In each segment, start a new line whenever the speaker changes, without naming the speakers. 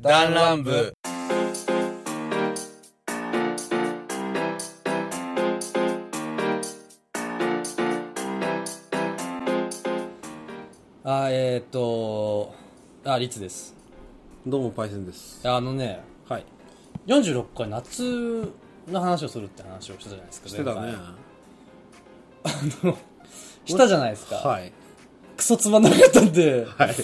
弾丸部あえっ、とあリツです
どうもパイセンです
あのね
はい
46回夏の話をするって話をしたじゃないですか
してた
前
ね
回したじゃないですか、
はい
クソつまんなかったん で
はい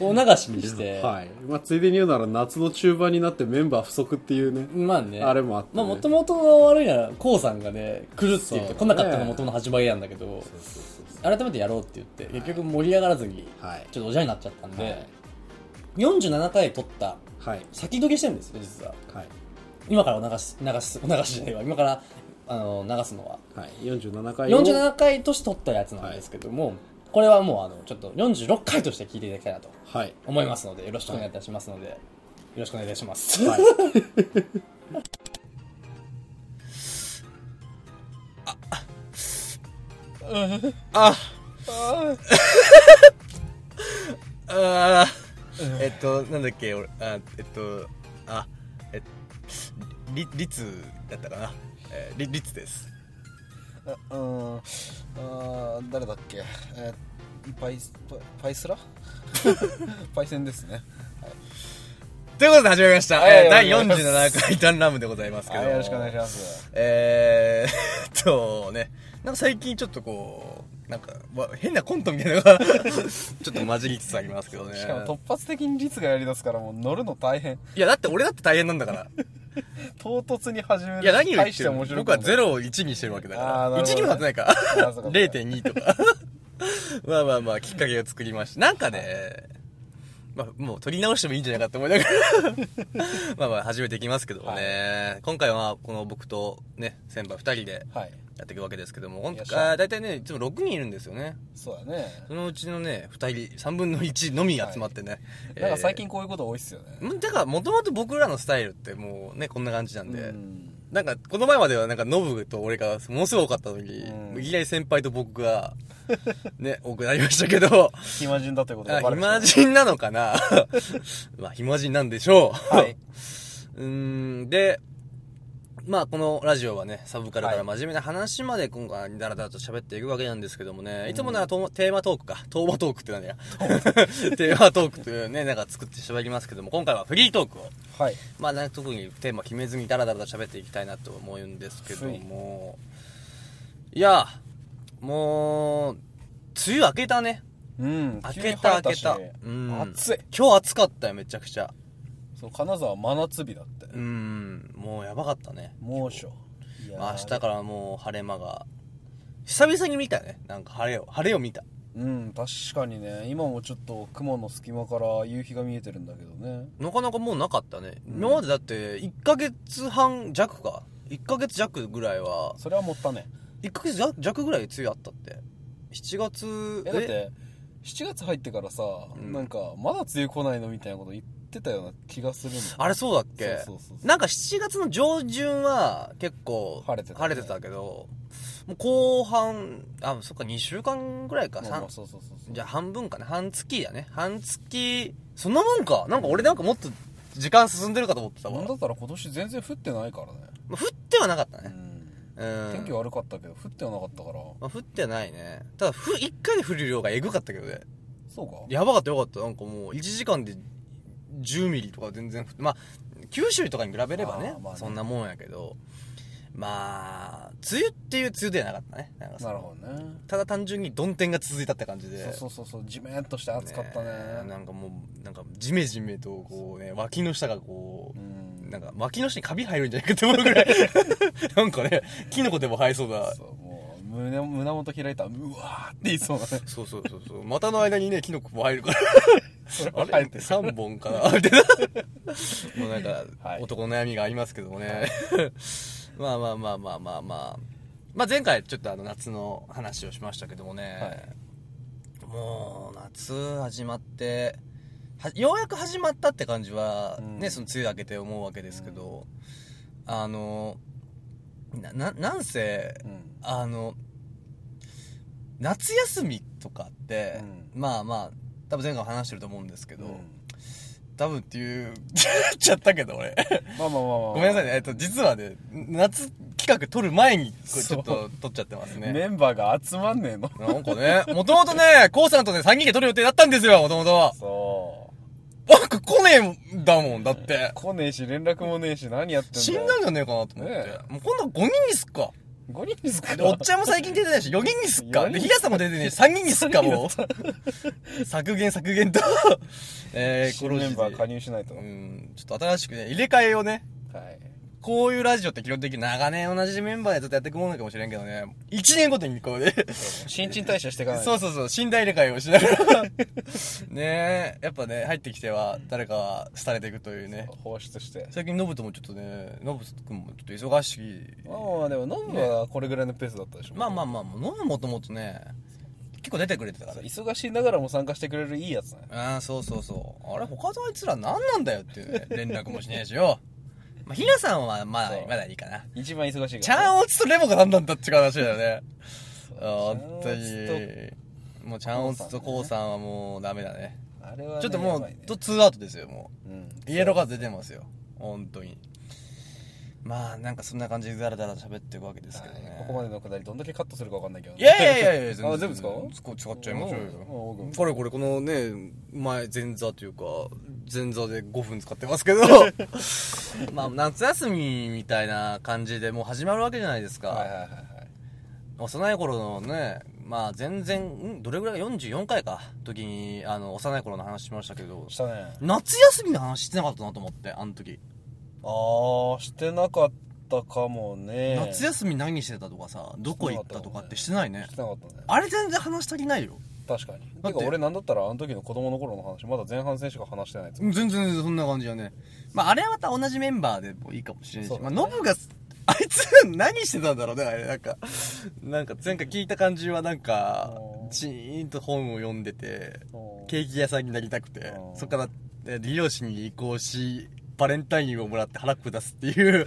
お流しにして、
はいまあついでに言うなら夏の中盤になってメンバー不足っていうね
まあね
あれもあってね
まあもともと悪いならこうさんがね来るって言っ
そう
て
だね
来なかったのがもともと始まりなんだけど改めてやろうって言って結局盛り上がらずに
はい
ちょっとおじゃれになっちゃったんで、
はい
47回撮った
はい
先取りしてるんですよ実は
はい
今からお流し流すお 流しじゃないわ今からあの流すのは
はい47回を
47回として撮ったやつなんですけども、これはもうあのちょっと46回として聞いていただきたいなと
はい
思いますのでよろしくお願いいたしますので、よろしくお願いいたします、
はい
あー えっとなんだっけ俺あえっとあえりりつだったかな、えー、りりつです
うーんあー誰だっけ、えーパイスパパイスラ パイセンですね
ということで始まりました、
はい
えー、第
お願いします
47回ダンラムでございますけど
はいよろしくお願いします
えー、っとねなんか最近ちょっとこうなんか、わ変なコントみたいなのが ちょっと混じりつつありますけどね
しかも突発的に律がやりだすからもう乗るの大変
いやだって俺だって大変なんだから
唐突に始める
いや何を言
大
っ
してて
る
面
の
白く
僕は
ない
ゼロを1にしてるわけだか
あー
ら、
なるほど
1
ね
にもなってないか
あそうか
0.2とか まあまあまあきっかけを作りましたなんかね、まあ、もう取り直してもいいんじゃないかって思いながら まあまあ始めていきますけどもね、今回はこの僕とね先輩2人で
はい
やっていくわけですけども本
よっし
当
ゃ
あー大体ねいつも6人いるんですよね
そうだね
そのうちのね2人3分の1のみ集まってね、
なんか最近
えー
こういうこと多いっすよね、
うんだからもともと僕らのスタイルってもうねこんな感じなんで、
うん
なんか、この前までは、なんか、ノブと俺が、ものすごい多かったのに、
うん
いきなり先輩と僕が、ね、多くなりましたけど、
暇人だということが
あ
バレてしま
暇
う
人なのかな まあ、暇人なんでしょう。
はい
うーん、で、まあ、このラジオはね、サブカルから真面目な話まで今回、だらだらと喋っていくわけなんですけどもね、いつもならともテーマトークか、トーマトークってなんだよ。 テーマトークというね、なんか作って喋りますけども、今回はフリートークを。
はい
まあ、なんか特にテーマ決めずにダラダラと喋っていきたいなと思うんですけども、いや、もう、梅雨明けたね。
うん
明
急
け
に晴
た
れ
明け。
した
うん
暑い
今日暑かったよ、めちゃくちゃ。
そう金沢真夏日だって
うん、もうやばかったね。
猛暑いや
まあ
ー
明日からもう晴れ間が。久々に見たね。なんか晴れを、晴れを見た。
うん確かにね今もちょっと雲の隙間から夕日が見えてるんだけどね
なかなかもうなかったね。今までだって、1ヶ月半弱か。1ヶ月弱ぐらいは、
それはもったね
1ヶ月弱弱ぐらい梅雨あったって。7月、
えだって7月入ってからさ、
ん
なんかまだ梅雨来ないのみたいなこと言ってたような気がするの
あれそうだっけ
そうそうそうそう
なんか7月の上旬は結構
晴れてたね
けど、もう後半、あ、そっか2週間ぐらいか、
まあま
三
あそうそうそうそう
じゃあ半分かね、半月だね。半月、そんなもんか。なんか俺なんかもっと時間進んでるかと思ってたわ。
なん
ま
だったら今年全然降ってないからね、
あ降ってはなかった
う
ね。
ん、
うん。
天気悪かったけど降ってはなかったから
まあ降ってはないね。ただ、ふ、1回で降る量がエグかったけどね。
そうか
やばかったよかった。なんかもう1時間で10ミリとか全然降って、まあ、九州とかに比べればね
あ、ーまあね
そんなもんやけど、まあ、梅雨っていう梅雨ではなかったね。なんかその
なるほどね
ただ単純に曇天が続いたって感じで。
そうそうそうそうじめっとして暑かったね
えなんかもう、なんかジメジメとこうね、脇の下がこ
う
う、
ん
なんか脇の下にカビ入るんじゃないかって思う ぐらい、なんかね、キノコでも生えそうだ。
そうもう胸胸元開いたらうわーって言いそうだね
そうそうそうそう。股の間にね、キノコも入るから。 あ
生
れ
えてる
?3 本か なみたいな。もうなんか、
はい
男の悩みがありますけどもね。 まあまあまあまあまあまあ。まあ前回ちょっとあの夏の話をしましたけどもね。もう夏始まって、はようやく始まったって感じは、ね、
うん
その梅雨明けて思うわけですけど、あの、な、な、なんせ、
うん
あの、夏休みとかって、
うん
まあまあ、多分前回も話してると思うんですけど、
うん
多分っていう、言っちゃったけど俺。
まあまあまあまあ。
ごめんなさいね。えっと、実はね、夏企画撮る前に、これちょっ
そ
と撮っちゃってますね。
メンバーが集まんねえの。
なんかね、もともとね、コウさんとね、三人で撮る予定だったんですよ、もともと。
そう。
なんか来ねえんだもん、だ って。
来ねえし、連絡もねえし、何やってんだ
死んだんじゃねえかなと思って。
ね
もう今度は5人にすっか。
?5 人ですか
でおっちゃんも最近出てないし、4人にすっか。
四人
で、ひやさんも出てないし、3人にすっか、も う。削減、削減と。えー、
新メンバー加
入。
入しないと。
う
はい。
ん、ちょっと新しくね、入れ替えをね、こういうラジオって基本的に長年同じメンバーでずっとやっていくものかもしれんけどね、1年ごとにこうね、
新陳代謝していかないと。
そうそうそう、信頼入れ替えをしながら。 ねえ、やっぱね、入ってきては誰かは廃れていくというね。
放出して。
最近ノブともちょっとね、ノブくんもちょっと忙しい。
まあまあでも、ノブはこれぐらいのペースだったでしょ。
まあまあまあ、ノブもともとね、結構出てくれてたから。
忙しいながらも参加してくれるいいやつね。
ああ、そうそうそう。あれ、他のあいつら何なんだよって いうね、連絡もしねえしよ。まあ、ひなさんはまだ
そう、
まだいいかな。
一番忙しい
ち
から。
ゃんおつとレモが何なんだっていう話だよね。あ
そ
ー
う
本当
ちゃんお
に。もうちゃんおつとこうさんはもうダメだね。
あれはね
ちょっと
や
も、
ばいうね
とツーアウトですよ、もう。
うん
イエローカード出てますよ。本当に。まあ、なんかそんな感じでダラダラ喋っていくわけですけどね。
ここまでのくだりどんだけカットするかわかんないけどね
いやいやいやいや、
あ全部使う
使使っちゃいましょう
おうおう
よ。これこれ、このね、前、前座というか、前座で5分使ってますけ ど、まあ、夏休みみたいな感じでもう始まるわけじゃないです
はいはい
か。
はいはい
幼い頃のね、まあ、全然、んどれぐらい ?44 回か、時に、あの、幼い頃の話しましたけど、
したね
夏休みの話してなかったなと思って、あの時。
あーしてなかったかもね
夏休み何してたとかさどこ行ったとかってしてないね
してなかったね
あれ全然話足りないよ
確かに
だって
てか俺なんだったらあの時の子供の頃の話まだ前半戦しか話してないやつ
全然全然そんな感じだねまああれはまた同じメンバーでもいいかもしれないし、
そう
ま
だ
あ
ね
ノブがあいつ何してたんだろうねあれなんかなんか前回聞いた感じはなんか
うん
チーンと本を読んでて
うん
ケーキ屋さんになりたくて
うん
そっからえ理容師に移行しバレンタインをもらって腹下すって いう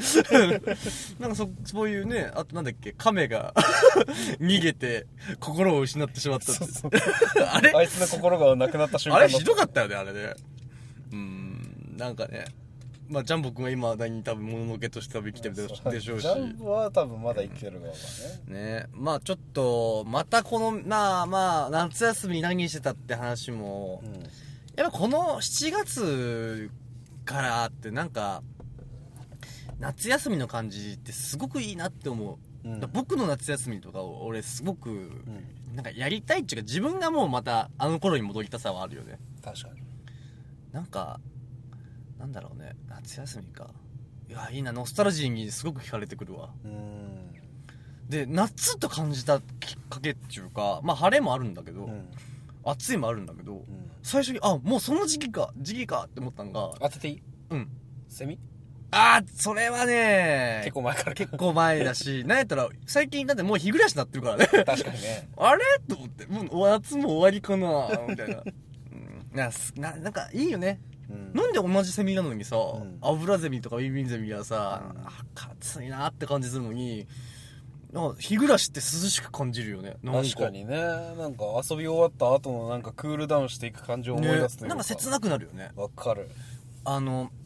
なんかそそういうねあとなんだっけ亀が 逃げて心を失ってしまったって あれ
あいつの心がなくなった瞬間
あれひどか
っ
ったよね、あれね。うーん、なんかね。まあ、ジャンボ君は今、何に多分、もののけとして多分生きてるでしょでしょうし
ジ。ャンプは多分まだ生きてる側だね
ねまあちょっと、またこの、まあまあ、夏休み何してたって話も、やっぱこの7月からってなんか、夏休みの感じってすごくいいなって思う。
うん
だから僕の夏休みとかを俺すごく、なんかやりたいっていうか自分がもうまたあの頃に戻りたさはあるよね。
確かに
なんかなんだろうね夏休みかいやいいなノスタルジーにすごく惹かれてくるわ
うん
で夏と感じたきっかけっていうかまあ晴れもあるんだけど、
うん
暑いもあるんだけど、
うん
最初にあもうその時期か時期かって思ったのが
当てていい
うん
セミ
あーそれはね
結構前から結
結構前だ しなんやったら最近だってもう日暮らしになってるからね
確かにね
あれと思ってもう夏も終わりかなみたいな、うん、なすななんかいいよね
うん
なんで同じセミなのにさ、
ん
アブラゼミとかウィンウィンゼミがさ、
うん
あ暑いなって感じするのに、なんか日暮らしって涼しく感じるよね。なん
確か。にねなんか遊び終わった後のなんかクールダウンしていく感じを思い出すと
ね
いう
なんか切なくなるよね。
わかる
あの、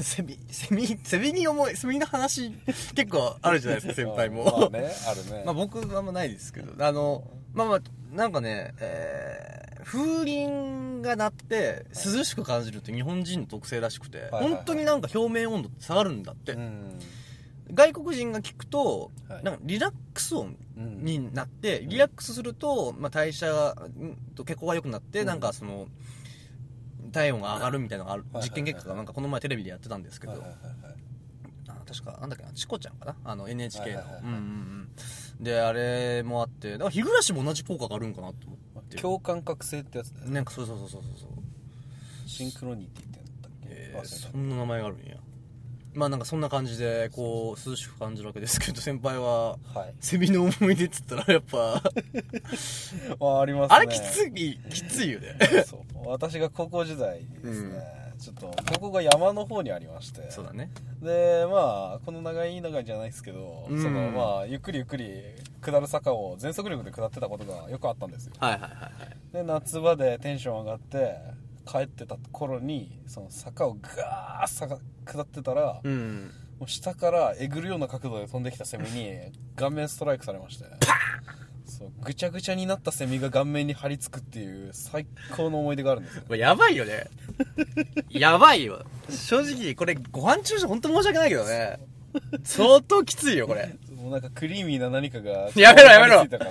セミ、セミ、セミに思い、セミの話結構あるじゃない ですか、先輩も。
まあねある ね
まあ僕はあんまないですけど、あの、まあまあ、なんかね、えー風鈴が鳴って涼しく感じるって日本人の特性らしくて、
はいはい
本当になんか表面温度って下がるんだって。
うん
外国人が聞くと、
はい
なんかリラックス音
うん
になって、リラックスすると、まあ、代謝がうんと血行が良くなって、
うん
なんかその体温が上がるみたいなのがある、
はいはい
実験結果がなんかこの前テレビでやってたんですけど、
はいはいはいはい
あ確かなんだっけなチコちゃんかなあの NHK の、
はいはいはい
うんうんうんであれもあってだから日暮らしも同じ効果があるんかなと思って
共感覚醒ってやつだよね
なんかそうそうそうそうそうそう
シンクロニティってやったっけ
え
忘
ー
れた
そんな名前があるんやまあなんかそんな感じでこう涼しく感じるわけですけど先輩は
はい
セミの思い出っつったらやっぱ
あありますね
あれきついきついよね
そう私が高校時代にですね、ちょっと高校が山の方にありまして
そうだね
でまあこの長い長いじゃないですけど、
うん
そのまあゆっくりゆっくり下る坂を全速力で下ってたことがよくあったんですよ
はいはいはい
で夏場でテンション上がって帰ってた頃にその坂をガーッ坂下ってたら、
うん。
もう下からえぐるような角度で飛んできたセミに顔面ストライクされましてそうぐちゃぐちゃになったセミが顔面に張り付くっていう最高の思い出があるんですよ
これやばいよね。やばいよ。正直、これご飯中止本当申し訳ないけどね。相当きついよ、これ。
もうなんかクリーミーな何かが
やめろやめろ
張り付いたから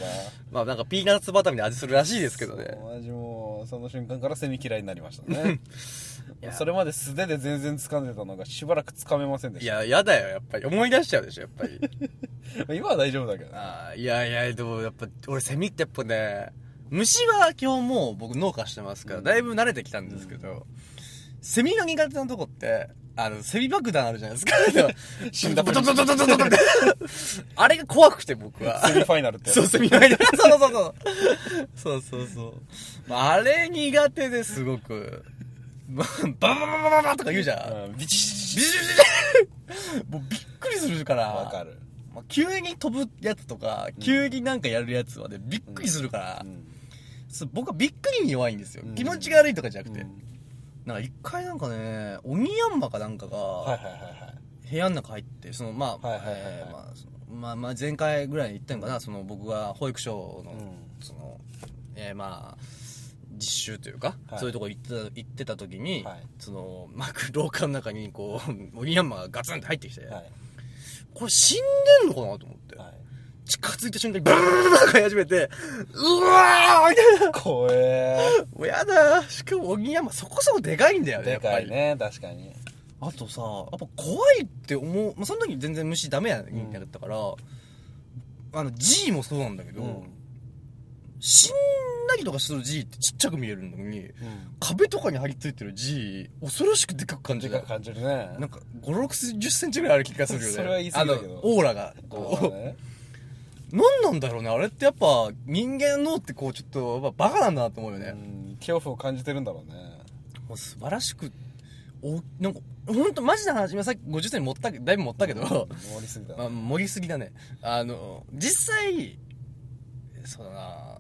まあなんかピーナッツバターみたいな味するらしいですけどね。
そう私もうその瞬間からセミ嫌いになりましたね
いや
それまで素手で全然掴んでたのがしばらく掴めませんで
い
した
や、やだよ、やっぱり。思い出しちゃうでしょ、やっぱり。
まあ今は大丈夫だけ どな
あーいやいや、でもやっぱ、俺セミってやっぱね、虫は基本もう僕農家してますから、だいぶ慣れてきたんですけど、セミが苦手なとこって、あの、セミ爆弾あるじゃないですか。 死んだドドドドドドドドって あれが怖くて僕は。
セミファイナルってやつ
そう、セミファイナル。そうそうそう。そうそうそう。まああれ苦手ですごく。ババババババとか言うじゃん。
うんビチッ
ビシビシもうびっくりするから。
わかる、
まあ、急に飛ぶやつとか、急になんかやるやつはね、びっくりするから、
うん
そう僕はびっくりに弱いんですよ、
うん
気持ちが悪いとかじゃなくて。
うん
なんか一回なんかね、鬼ヤンマかなんか
はい
が、
はいはいはい
部屋の中入って、その、まあ、
はいはいはいはい
えーまあそのまあ、まあ、前回ぐらいに言ったのかな、その僕が保育所の、
う
その、えーまあ、実習というか、
はい
そういうとこ行ってた、行ってた時に、
はい
その、まあ、廊下の中にこう、鬼ヤンマがガツンって入ってきて、
はい
これ死んでんのかなと思って。
はい
近づいた瞬間にブルブルブルブルとか言い始めて、うわーみたいな。
怖え
もうやだー。しかも、鬼山そこそこでかいんだよ
ー
ね、や
で
っぱ
か
り。
いね確かに
あとさ、やっぱ怖いって思う。まあ、その時全然虫ダメやねんだったから、あの、G もそうなんだけど、死んだりとかする G ってちっちゃく見えるのに、
うん
壁とかに張り付いてる G、恐ろしくでかく感じ
で
る
かく。感じるね
なんか、5、60センチぐらいある気がするよね。
それは言い過ぎだけど
あの、オーラが、こ
こ
う
う。ね
なんなんだろうねあれってやっぱ人間の脳ってこうちょっとやっぱバカなんだなと思うよ
う
ね、
ん恐怖を感じてるんだろうね
もう素晴らしくおなんか本当マジな話今さっき50銭持ったけだいぶ持ったけど、
盛りすぎだ
まあ、
な
盛りすぎだねあの実際そうだな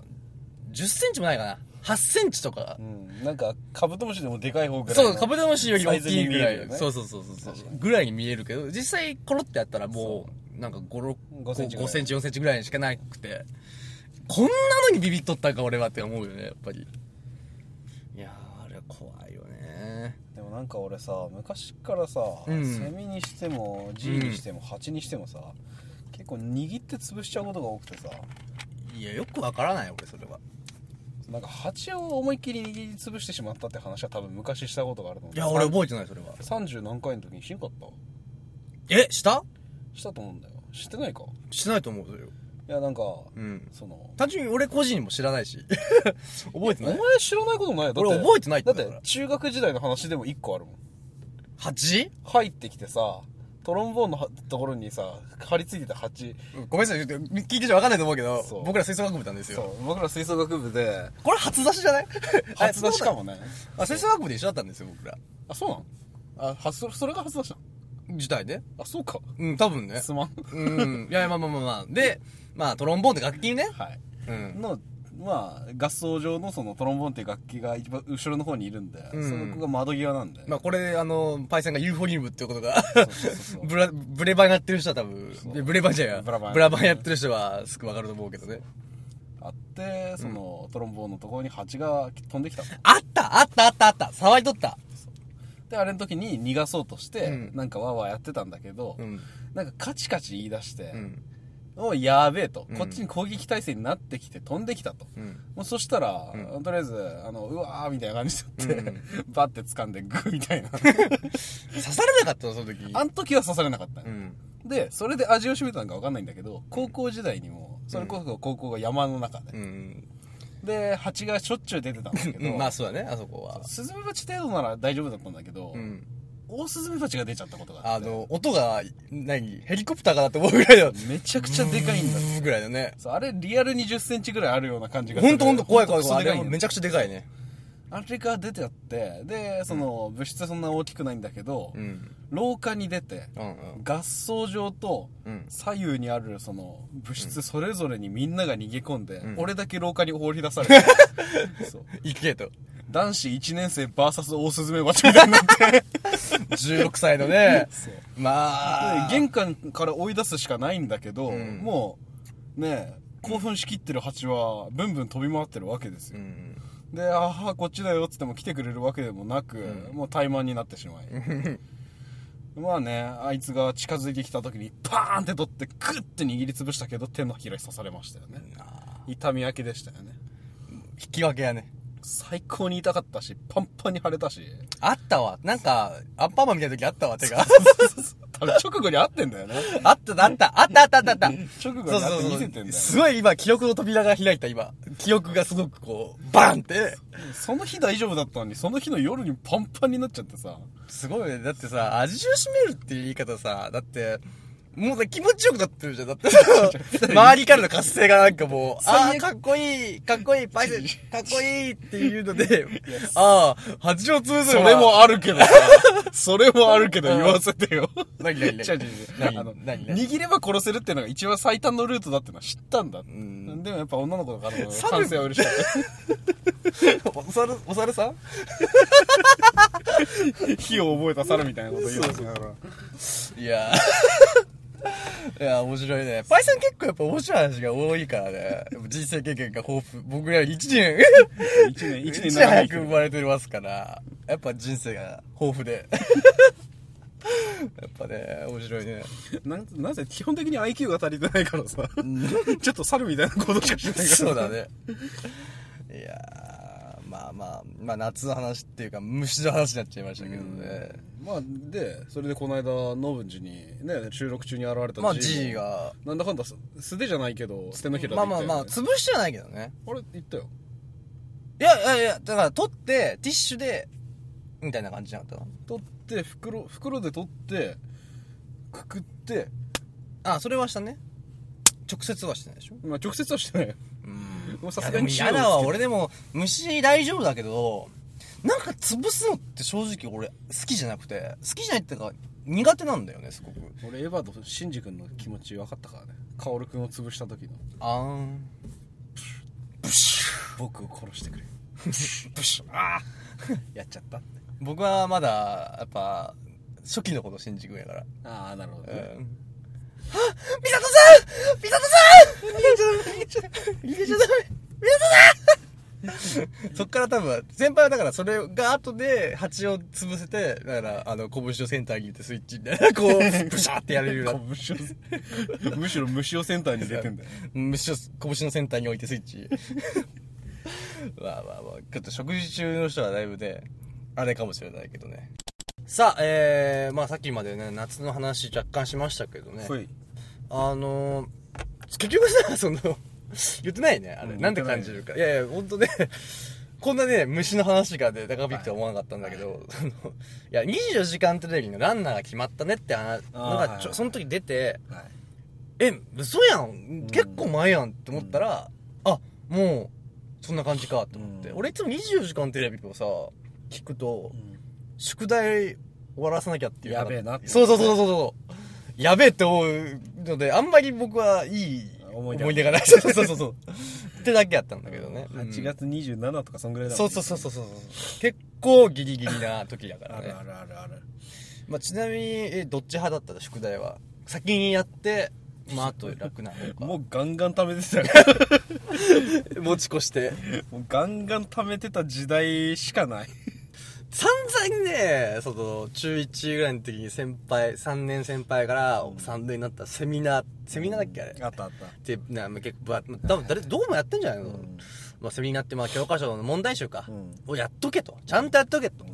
1 0ンチもないかな8センチとか
う、んなんかカブトムシでもでかい方ぐらい
そ
の
うカブトムシより大きいぐら
サイズに見えるよ
い、
ね
そうそうそうそう
確か
ぐらいに見えるけど実際コロってやったらもうなんか56
5センチぐらい
5センチ4センチぐらいしかなくてこんなのにビビっとったんか俺はって思うよねやっぱりいやーあれは怖いよね
でもなんか俺さ昔からさ、
うん
セミにしても G にしても蜂にしてもさ、結構握って潰しちゃうことが多くてさ
いやよくわからない俺それは
なんか蜂を思いっきり握り潰してしまったって話は多分昔したことがあると思う
いや俺覚えてないそれは
30何回の時にしんかった
えした
したと思うんだよ知ってないか
してないと思うそれよ
いやなんか、
うん
その
単純に俺個人も知ら ないし覚えて
お
ない
前知らないことないよだって
俺覚えてないって
だっ
だか
て
ら
中学時代の話でも1個あるもん
8?
入ってきてさトロンボーンのはところにさ張り付いてた蜂
ごめんなさいちょっと聞いてちゃわかんないと思うけど
そう
僕ら吹奏楽部なんです
そ
よ
う僕ら吹奏楽部で
これ初出しじゃない
初出しかもね
あ吹奏楽部で一緒だったんですよ僕ら
あそうなのあ初それが初出しなの
自体で
あそうか
うん多分ね
すまん
うんいやまあまあまあまあでまあトロンボーンって楽器ね
はい
うん
のまあ合奏上のそのトロンボーンっていう楽器が一番後ろの方にいるんで、
ん
その子が窓際なんで、
まあこれあのパイセンがユーフォニウムっていうことが
そうそうそ う
ブラブレバンやってる人は多分
う
ブレバンじゃんや
ブラバン
ブラバンやってる人はすぐ分かると思うけどね
あってその、トロンボーンのところに蜂が飛んできたの
あったあったあったあった騒いとった
であれの時に逃がそうとして、
うん
なんかわーわーやってたんだけど、
うん
なんかカチカチ言い出して、
うん
おいやーべえと、
うん
こっちに攻撃態勢になってきて飛んできたと、
うん
もうそしたら、
う
とりあえずあのうわーみたいな感じになって、
うん
バッて掴んでグーみたいな
刺されなかったのその時
あん時は刺されなかったの、
うん
でそれで味を占めたのか分かんないんだけど高校時代にもそれこそ高校が山の中
う
で、
ん
で蜂がしょっちゅう出てたんだけど、
うんまあそうだねあそこは
スズメバチ程度なら大丈夫だったんだけど、
うん
オオスズメバチが出ちゃったことがあ
あ
って
の音が何ヘリコプターかなと思うぐらいの
めちゃくちゃでかいんだ
ぐらいだね
そうあれリアル2 0センチぐらいあるような感じがする
ほんとほんと怖い怖い怖い
ほんと
あれ
クソでか
めちゃくちゃでかいね
あれが出てあってでその物質そんな大きくないんだけど、
うん
廊下に出て
うんうん
合奏場と
うん
左右にあるその物質それぞれにみんなが逃げ込んで、
ん
俺だけ廊下に放り出されて、そう
行けと
男子1年生 VS 大スズメバチみたいに なって、
16歳の ね。まあ、
玄関から追い出すしかないんだけど、
ん
もう、ねえ、興奮しきってる蜂は、ブンブン飛び回ってるわけですよ。
うん
で、ああ、こっちだよっつっても来てくれるわけでもなく、もう怠慢になって しまい。まあね、あいつが近づいてきた時に、パーンって取って、グッて握りつぶしたけど、手のひらに刺されましたよね。痛み分けでしたよね。
引き分けやね。
最高に痛かったし、パンパンに腫れたし、
あったわ。なんか、アンパンマンみたいな時あったわ、手が。
多分直後に合ってんだよね。
あった、あった、あった、あった、あったあった。
直後
そう
に合
そ
って
う
見
そ
せてん
う。
だ
す
よ
ごい今、記憶の扉が開いた、今。記憶がすごくこう、バーンって。
ね。その日大丈夫だったのに、その日の夜にパンパンになっちゃってさ、
すごいね。だってさ、味を占めるっていう言い方さ、だって、もうさ気持ちよくなってるじゃん。だって、 周りからの活性がなんかもう、ああ、かっこいい、かっこいい、パイセン、 かっこいいって いうので、ああ、八を通ず
そ
るわ
れもあるけどさ、それもあるけど言わせてよ。
何何何
違う違う違
何
うあの
何何
握れば殺せるっていうのが一番最短のルートだってのは知ったんだ。
ん
でもやっぱ女の子だから
猿
感性は嬉しかっ
お猿、お猿さん
た。火を覚えた猿みたいなこと言うて
いや ーいやー、面白いね。パイセン結構やっぱ面白い話が多いからね。人生経験が豊富。僕らより1年、
一年、一
一
年
年
長
早
い
く生まれてますから、やっぱ人生が豊富で。 やっぱね、面白いね。
ななぜ基本的に IQ が足りてないから さ、ちょっと猿みたいなことしかしないからさ
そうだね。いやー、まあまあ、まあ夏の話っていうか虫の話になっちゃいましたけどね。
まあでそれでこの間ノブンジにね収録中に現れた
まあ
G
G が、
なんだかんだす素手じゃないけど捨てのひらで
まあ
言っ
まあ
たよ
ま
ね
あ、潰しじゃないけどね。
あれ言ったよ
いやいやいや、だから取って、ティッシュで、みたいな感じじゃなかった
取って袋袋で取ってくくって、
あ、それはしたね。直接はしてないでしょ
まあ、直接はしてないよ
うん。
もうさ
さす
す
が
が
に
に塩を
嫌だわ、俺でも、虫大丈夫だけど、なんか潰すのって正直俺、好きじゃなくて、好きじゃないっていうか、苦手なんだよね、すごく。
俺エヴァとシンジ君の気持ち分かったからね薫君を潰した時の
あーん。
僕を殺してくれ
プシュあーやっちゃった。僕はまだ、やっぱ、初期のこと信じくんやから。
ああなるほど、
う
ね
ん。あ美里さん美里さん逃げちゃダメ逃げちゃダメ美里さんそっから多分、先輩はだからそれが後で蜂を潰せて、だから、あの、拳をセンターに入れてスイッチみたいな、こう、ブシャーってやれるようになっ
むしろむしろ虫をセンターに入れてんだよ
むしろ拳のセンターに置いてスイッチ。まあまあまあ、ちょっと食事中の人はだいぶね、あれかもしれないけどね。さあ、えー、まあさっきまでね、夏の話若干しましたけどね。
ほい
あのー、結局さ、その、 言ってないね、あれ。
うん
なんで感じるか。いやいや、ほんとね、 こんなね、虫の話がね、高引くとは思わなかったんだけ ど、その、いや、24時間テレビのランナーが決まったねって話、
あー
の
は
が
い
ち
は
ょ、
い
その時出て、
はい
え、嘘やん結構前やんって思ったら、あ、もう、そんな感じかと思って。
うん
俺いつも24時間テレビをさ、聞くと、宿題終わらさなきゃっていうのが。
やべえなって
そうそうそうそうそう。やべえって思うので、あんまり僕はいい
思
思
い
い
出
出がない。そう そうそうそう。ってだけやったんだけどね。うん
8月27とかそんぐらいだも
そ
ん
う
ね
そうそうそうそう。結構ギリギリな時だから
あ
ね
る。あるあるある
まあ、ちなみに、えどっち派だったら宿題は。先にやって、まあ、あと楽な方か。
もうガンガン貯めてたよ
持ち越して。
もうガンガン貯めてた時代しかない
散々ね、その、中1ぐらいの時に先輩、3年先輩から3年になったセミナー、セミナーだっけあれ。
あったあった
で、な結構ぶわ、多分誰、どうもやってんじゃないの、まあ、セミナーって、まあ、教科書の問題集か、
うん
をやっとけと。ちゃんとやっとけと。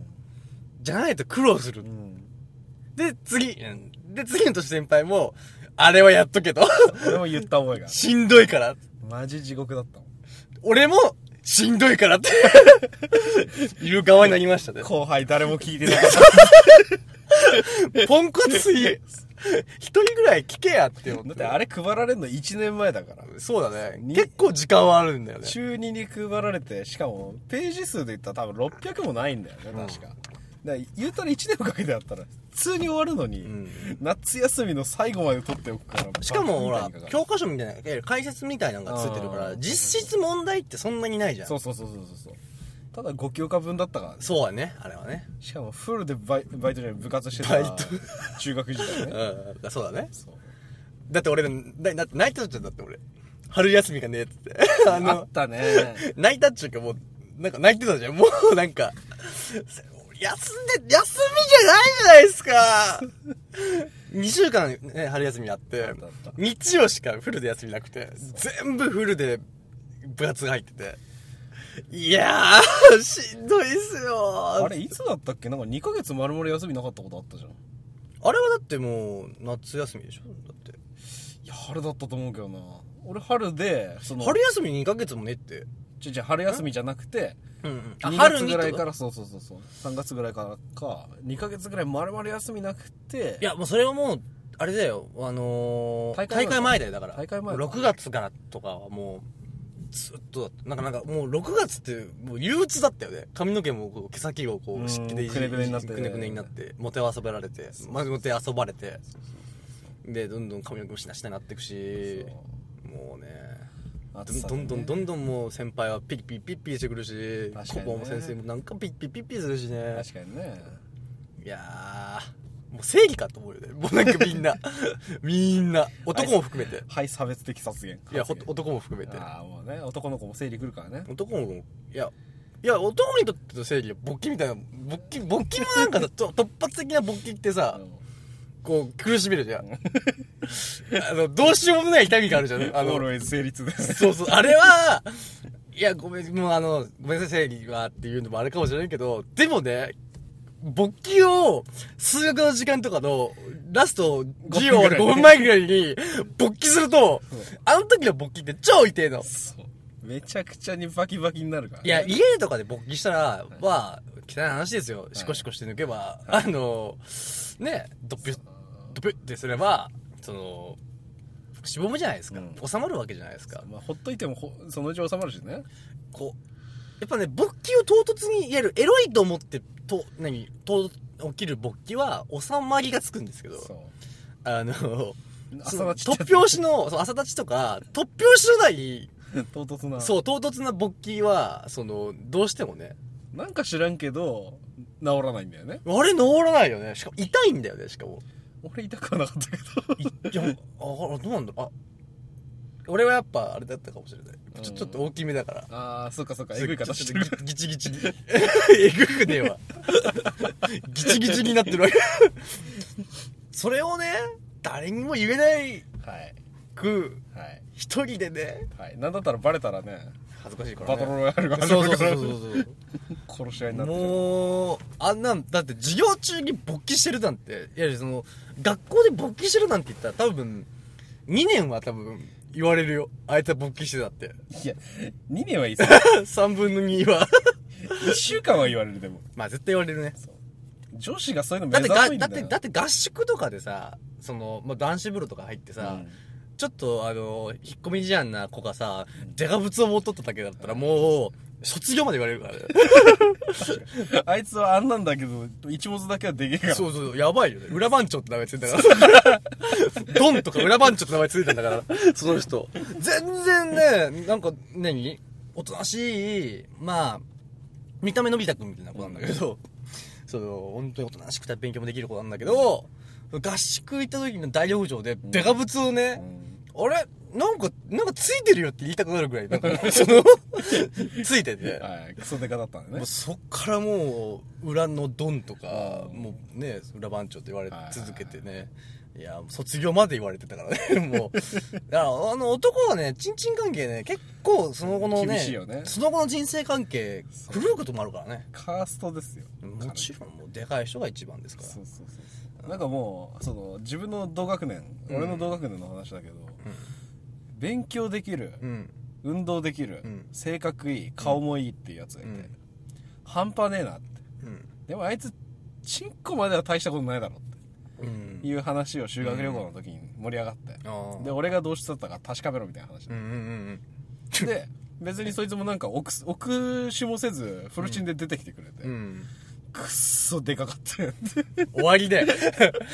じゃないと苦労する。
うん
で、次、うんで、次の年先輩も、あれはやっとけと。
俺も言った覚えがある
しんどいから。
マジ地獄だったもん
俺も、しんどいからって、言う側になりましたね。
後輩誰も聞いてな かっ
ポンコツい、一人ぐらい聞けやって思
ただ
っ
って
て。
あれ配られるの1年前だから
そうだね。
に
結構時間はあるんだよね。
中2に配られてしかもページ数で言ったら多分600もないんだよね確か,、だから言うたら1年かけてやったら普通に終わるのに、
ん
夏休みの最後まで取っておくから
しかもほら
バカみたいにかかる
教科書みたいないわゆる解説みたいなのがついてるか
あ
ら
ー
実質問題ってそんなにないじゃん
そうそうそうそうそうただ5教科分だったからね
そうはね、あれはね。
しかもフルでバイバイトじゃない部活してたから
バイト
中学時代ね
うん、だそうだね。
そう
だって俺ら、だだって泣いたっちゃったって俺。春休みがねえっつって。あ
あ
の
っ、たね
泣いたっちゅうかもう、なんか泣いてたじゃん。もうなんか、休んで、休みじゃないじゃないですか !2 週間ね、春休みあって
たあった、
日曜しかフルで休みなくて、全部フルで部活が入ってて。いやー、しんどいっすよ
あれいつだったっけなんか2ヶ月丸々休みなかったことあったじゃんい
あれはだってもう、夏休みでしょだって。
や春だったと思うけどな俺春でその
春休み2ヶ月もねって。
ちょちょ春休みじゃなくて
うんうん。あ、
2
春
月
に
ぐ
と
らいからそうそうそうそう3月ぐらいからか2ヶ月ぐらい丸々休みなくて
いや、もうそれはもう、あれだよ、あのー大
大会前
会
だ
前だよ、だから。
大会前だ
6月からとかはもう、ずっとだった。なんか、なんかもう6月って、もう憂鬱だったよね。髪の毛もこう毛先をこ
うん
う、湿気でいじ
くねくねになって
くねくねになって、もてあそべられて、まずもてあそばれて、で、どんどん髪の毛もしなしなになってくし、もうね。
暑さ
ど
でね
んどんどんどんどんもう先輩はピッピッピッピしてくるし、
確
顧
かにね
問も先生もなんかピッピッピッピするしね。
確かにね
いやー、もう正義かと思うよね。もうなんかみ んな。みんな。男も含めて。
はい差別的殺言
いや、ほ男も含めて。
ああもうね男の子も生理来るからね
男も、いや、いや、男にとっての正義は勃起みたいな、勃起、勃起もなん かさ、と突発的な勃起ってさ、こう、苦しめるじゃん。 あの、どうしようもない痛みがあるじゃん。あ
オー
の、
ルエイズ成立です
そうそう、あれは、いや、ごめん、もうあの、ごめんなさい、生理はっていうのもあれかもしれないけど、でもね、勃起を、数学の時間とかの、ラスト授業5分前ぐらいに、勃起すると、あの時の勃起って超痛いの。
そうめちゃくちゃにバキバキになるから
い
ね、
や、家とかで勃起したら、は、汚い話ですよ。シコシコして抜けば、あの、ね、ドッピュッ、ドッピュッってすれば、その、しぼむじゃないですか
うん。
収まるわけじゃないですか。
まあ、ほっといてもほそのうち収まるしね
こう、やっぱね、勃起を唐突にやる、エロいと思って、と、何、と、起きる勃起は、収まりがつくんですけど、
そう
あの、そ
朝
の
はちっちゃ
突拍子の、そう朝立ちとか、突拍子のない、
い唐突な
そう、唐突な勃起は、その、どうしてもね、
なんか知らんけど治らないんだよね
あれ治らないよね。しかも、痛いんだよね、しかも。
俺痛くはなか ったけ
いや、あ、どうなんだろう。あ、俺はやっぱ、あれだったかもしれない。ちょ、ちょっと大きめだから。
どああそっかそっか
え
え
ぐ
ぐ
い
い
方
方
し
してて
る
る
ギチギチに。 えぐくねえわ。 ギチギチになってるわけ。 それをね、誰にも言えない
はい
く、
はい
一人でね、
はいなんだったらバレたらね
恥ずかしいから、
バ
ね。
トルロイヤルが始
そ
ま
うそう
るか
そ
ら
うそう
殺し合いに
そ
な
う。
ってる
もう、あんなん、だって授業中に勃起してるなんて、いやいや、その、学校で勃起してるなんて言ったら多分、2年は多分、言われるよ。あいつは勃起してたって。
いや2年はいいっすよ
3分の2は。
1週間は言われるでも
まあ絶対言われるね。
女子がそういうの目
だって
指す
が
いん
だ
だ
って
よ
だって合宿とかでさその、まあ、男子風呂とか入ってさ、
うん
ちょっとあの引っ込み思案な子がさじゃが物を持っとっただけだったらもう卒業まで言われるからね
あいつはあんなんだけど一物だけはでけえから
そうそうそうやばいよね裏番長って名前ついてたから ドンとか裏番長って名前ついてたんだからその人全然ねなんか何おとなしいまあ見た目のび太くんみたいな子なんだけど、その、本当におとなしくて勉強もできる子なんだけど、合宿行った時の大浴場で、デカブツをね、あれなんか、なんかついてるよって言いたくなるぐらい、 なんか、その、ついてて。
はいクソデカだったんだ
も
ね
うそっからもう、裏のドンとか、もうね、裏番長って言われ
はいはいはい
続けてね。いや、卒業まで言われてたからね、 もう。だから、あの、男はね、チンチン関係ね、結構、その後のね、
厳しいよね
その後の人生関係、狂うこともあるからね。
カーストですよ
もちろんもうでかい人が一番ですから
そうそうそうなんかもうその自分の同学年、俺の同学年の話だけど、勉強できる、
うん
運動できる、
うん
性格いい顔もいいっていうやつがいて、
うん
半端ねえなって
うん
でもあいつチンコまでは大したことないだろっ
うん
ていう話を修学旅行の時に盛り上がって、
あー
で俺がどうしてたか確かめろみたいな話
う
で、
んうんうん
で別にそいつもなんか奥す奥しもせずフルチンで出てきてくれて、
うんうん
くっそでかかっ たよって
終わりで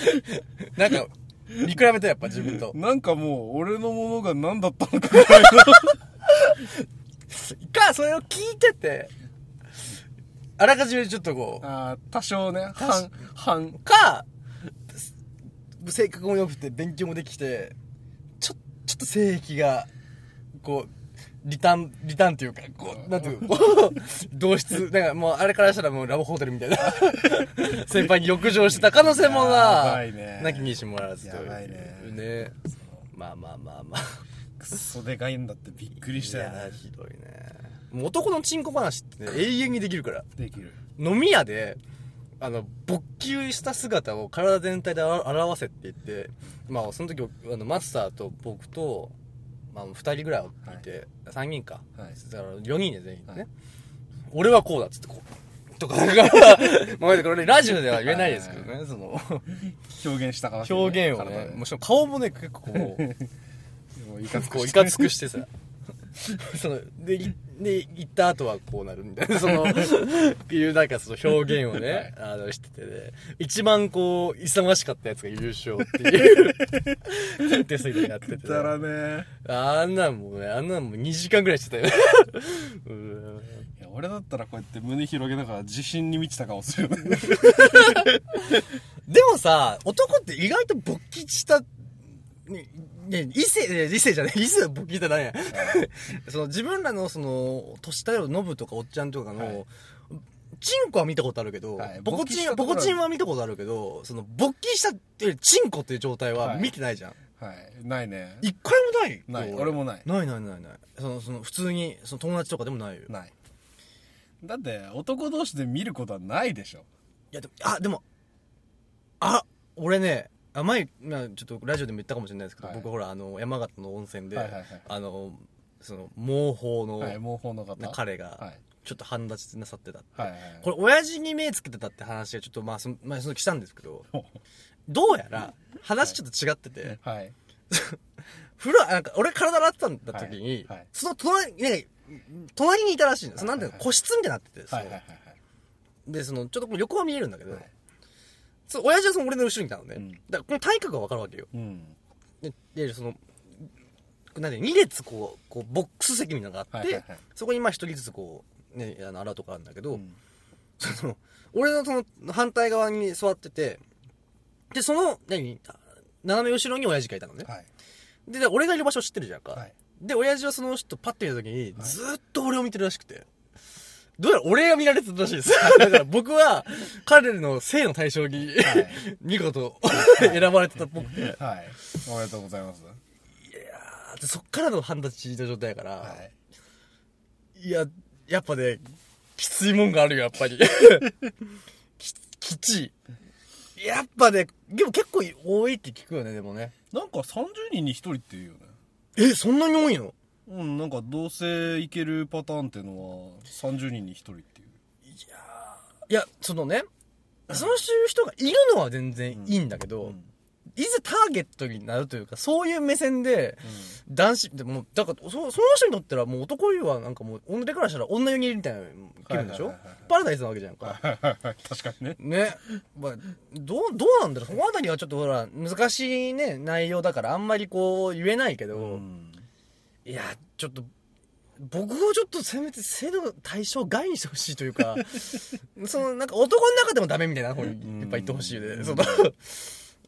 なんか見比べたやっぱ自分と
なんかもう、俺のものが何だったのかみたいな。
かそれを聞いててあらかじめちょっとこう、
あー多少ね、半、半、
か、性格も良くて勉強もできて、ちょ、ちょっと性癖が、こう、リターン、リターンというか、こう、なんていうの、 同質、なんかもうあれからしたらもうラブホテルみたい な、先輩に欲情してた可能性も
や
が
ばいね、
なきにしもあらずという。
やばいね
ねまあまあまあまあ。
くっそでかいんだってびっくりしたよ
いや
ね。
ひどいね。もう男のチンコ話って、ね、永遠にできるから。
できる。
飲み屋で、あの、勃起した姿を体全体であら表せって言って、まあ、その時、あの、マスターと僕と、まあ、二人ぐらいいて、三、人か。
はい
だから、四人で全員ね、
はい
俺はこうだっつって、こう。とか、だから、まあ、これラジオでは言えないですけどね、その、
表現したから、
表現を
体
ね、
で
もちろん顔もね、結構 こう、
もういかつく
こう、
し
い
て
かつくしてさ。その、で、いで、行った後はこうなるみたいな、その、いうなんかその表現をね、あの、しててね、一番こう、勇ましかったやつが優勝っていう、コンテストになってて、
だらね。
あんなんもうね、あんなんもう2時間ぐらいしてたよね。 うん
いや俺だったらこうやって胸広げながら自信に満ちた顔す るよね。
でもさ、男って意外と勃起した、ね、ね異性、ね異性じゃない、異 性は勃起したらね、その自分らのその、年だよ、ノブとかおっちゃんとかの、
はい
チンコは見たことあるけど、
はい
ボコ
勃起
チ
し
ン、
た
ボ
ところ
コチンは見たことあるけど、その、勃起したっていうチンコっていう状態は
はい
見てないじゃん。
はい。ないね。
一回もないよ
ない俺もない
ないないないない。その、その、普通に、その友達とかでもないよ。い
ない。だって男同士で見ることはないでしょ。
や、でも、あ、でも、あ、俺ね、あ前、まあ、ちょっとラジオでも言ったかもしれないですけど、
はい
僕ほら、あの、山形の温泉で、
はいはいはい
あの、その、毛法の、
はい、毛法の方。
彼が
はい、
ちょっと半立ちなさってたって
はいはい。
これ親父に目つけてたって話がちょっとまあその、まあ、その来たんですけ ど
ほ
どうやら話ちょっと違ってて、
はい。
風呂なんか俺体洗ってたんだ時に、
はいはい
その隣,、ね、隣にいたらしいのそのなんていうの
はいはい
個室みたいになってて、そ
は
の
いはいはい
でそのちょっとこう横は見えるんだけど、
はい
そう親父はその俺の後ろにいたのね、
うん
だからこの体格が分かるわけよ
うん。
ででそのなんで2列こうこうボックス席みたいなのがあって、
はいはいはい
そこにまあ1人ずつこう、ね、あの洗うとこあるんだけど、
ん
その俺のその反対側に座っててでその何斜め後ろに親父がいたのね、
はい。
でで俺がいる場所知ってるじゃんか、
はい
で親父はその人パッて見た時に、ずーっと俺を見てるらしくてどうやら俺が見られてたらし いですだから僕は彼の性の対象に、
い
見事選ばれてたっぽくて
はい。おめでとうございます。
でそっからの半立ちの状態やから、
はい。
い、や、やっぱね、きついもんがあるよ、やっぱ り。き、きちい。やっぱね、でも結構多いって聞くよね、でもね。
なんか30人に1人っていうよね。
え、そんなに多いの
うん、なんか同性いけるパターンっていうのは30人に1人っていう。
いや、そのね、そういう人がいるのは全然いいんだけど、いざターゲットになるというか、そういう目線で、男子、でも、だから、そその人にとったらもう男よりはなんかもう、女からしたら女よりみたいな気分でしょ
はいはいはいはい
パラダイスなわけじゃんか。
確かにね。
ね、まあ、どう、どうなんだろう。そのあたりはちょっとほら、難しいね、内容だから、あんまりこう、言えないけど、
うん。
いや、ちょっと、僕をちょっとせめて、制度の対象外にしてほしいというか、 その、なんか男の中でもダメみたいな方にいっぱい言ってほしいよね。その、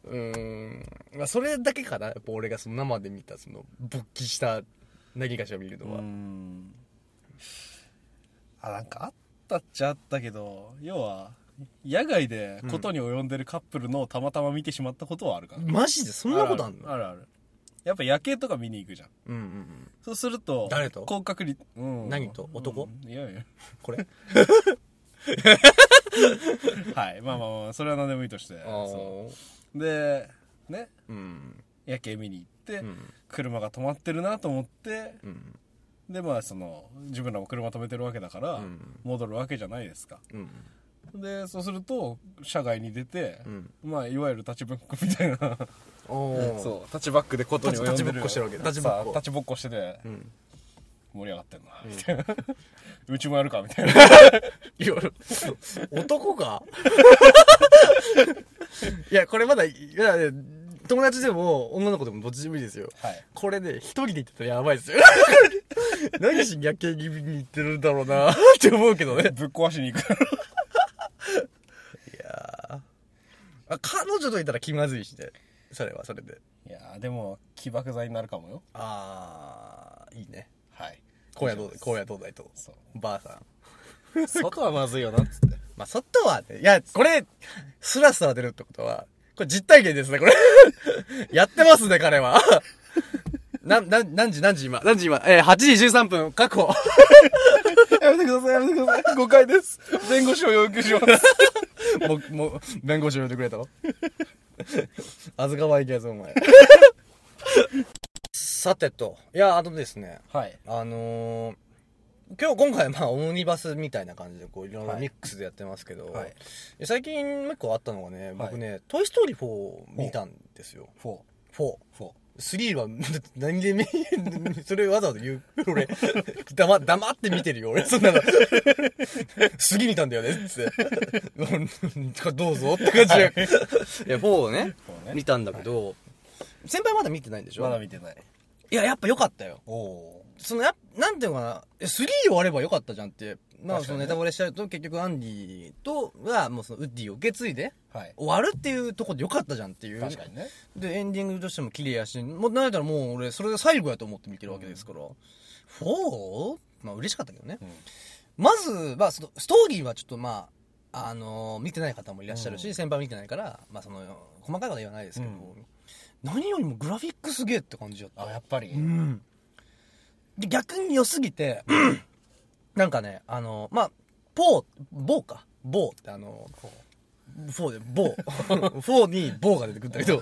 うーん、まあ、それだけかな。やっぱ俺がその生で見た、その、勃起した何かしら見るのは。
うん。あ、なんかあったっちゃあったけど、要は、野外でことに及んでるカップルのをたまたま見てしまったことはあるかな。
マジでそんなことあんの
あるある。やっぱ夜景とか見に行くじゃん。
うんうんうん。
そうすると、
誰と
高確率、うん
何と男
うんいやいや。
これ。
はい。まあまあ まあ、それは何でもいいとして。
ああ。
そうで、ね、
うん。
夜景見に行って、
うん。
車が止まってるなと思って、
うん。
で、まあその、自分らも車止めてるわけだから、
ん
戻るわけじゃないですか。
うん。
で、そうすると、車外に出て、
ん
まあ、いわゆる立ちぶっこみたいな、
おう。
そう、立ちバックでことに及んでる。
立ちぶっこしてるわけだ
立ちばっこ。立ちぶっこしてて、
ん
盛り上がってんな、みたいな。 うちもやるか、みたいな。
いや、男かいや、これまだ、いや、友 達でも、女の子でもどっちでもいいですよ。
はい
これね、一人で行ってたらやばいですよ。何し逆境気味に言ってるんだろうなって思うけどね。
ぶっ壊しに行くから。
あ彼女といたら気まずいしね。それはそれで。
いやーでも、起爆剤になるかもよ。
あー、いいね。
はい。
今夜どうだ、今夜どうだいと。ばあさん。
外はまずいよな、っつって。
まあ、外はね、いや、これ、スラスラ出るってことは、これ実体験ですね、これ。 やってますね、彼は。 な、な、何時、何時今、何時今、えー、8時13分、確 保。
やめてください、やめてください。誤解です。弁護士を要求します。
もう、もう、弁護士呼んでくれた ろ預かばいけやぞ、お前。 さてと、いや、あとですね、
はい。
あのー今日、今回、まあ、オムニバスみたいな感じで、こう、いろんな
はい
ミックスでやってますけど、
はい
最近、もう一個あったのがね、僕ね、
は
トイ・ストーリー4を見たんですよ。
4。
4。
4。
3は、何で見、それわざわざ言う。俺、 黙、黙って見てるよ、俺。そんなの。過ぎ見たんだよね、つって。どうぞって感じで。いや、4をね
4ね
見たんだけど、先輩まだ見てないんでしょ
まだ見てない。
いや、やっぱ良かったよ。
おお
そのや、なんていうのかな、え3終わればよかったじゃんって。まあ、
確
そ
かに
の
ね
ネタバレしちゃうと、結局アンディと、が、もうそのウッディを受け継いで、
ー。はい。
終わるっていうところでよかったじゃんっていう。
確かにね。
で、エンディングとしても綺麗やし、もう、なんやったらもう俺、それが最後やと思って見てるわけですから。フォーまあ、嬉しかったけどね。
ん
まず、まあ、その、ストーリーはちょっとまあ、あのー見てない方もいらっしゃるし、先輩見てないから、まあ、その、細かいことは言わないですけど、
うん
何よりもグラフィックすげえって感じだった。
あ、やっぱり。
うん。で、逆に良すぎて、なんかね、あの、まあ、ポー、ボーか。ボーってあの、フォーで、ボ ー。フォーにボーが出てくるんだけど、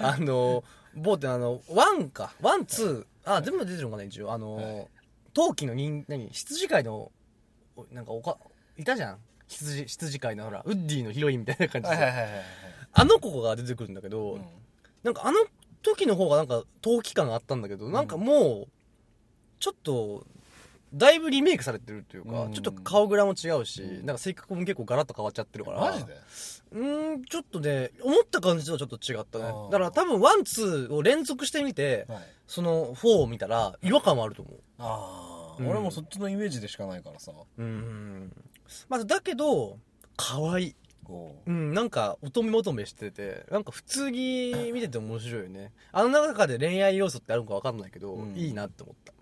あの、ボーってあの、ワンか。ワン、ツー。あ、全部出てるのかな、一応。あの、陶器の人、何、羊飼いの、おなんかおか、いたじゃん。羊、羊飼いのほら、ウッディのヒロインみたいな感じ
はい
で
はい。はいはいはい。
あの子が出てくるんだけど、
ん
なんかあの時の方がなんか陶器感あったんだけど、なんかもう、ちょっと、だいぶリメイクされてるっていうか、
うん
ちょっと顔グラも違うし、なんか性格も結構ガラッと変わっちゃってるから。
マジで
うーん、ちょっとね、思った感じとはちょっと違った
あ
ね。
ー
だから多分ワン、ツーを連続してみて、
はい。
その4を見たら違和感はあると思う。
ああ、
うん
俺もそっちのイメージでしかないからさ。
うん。まあ、だけど、可愛い。
こ
うん、なんか、乙女求めしてて、なんか普通に見てて面白いよね。あの中で恋愛要素ってあるのかわかんないけど、
うん
いいなって思った。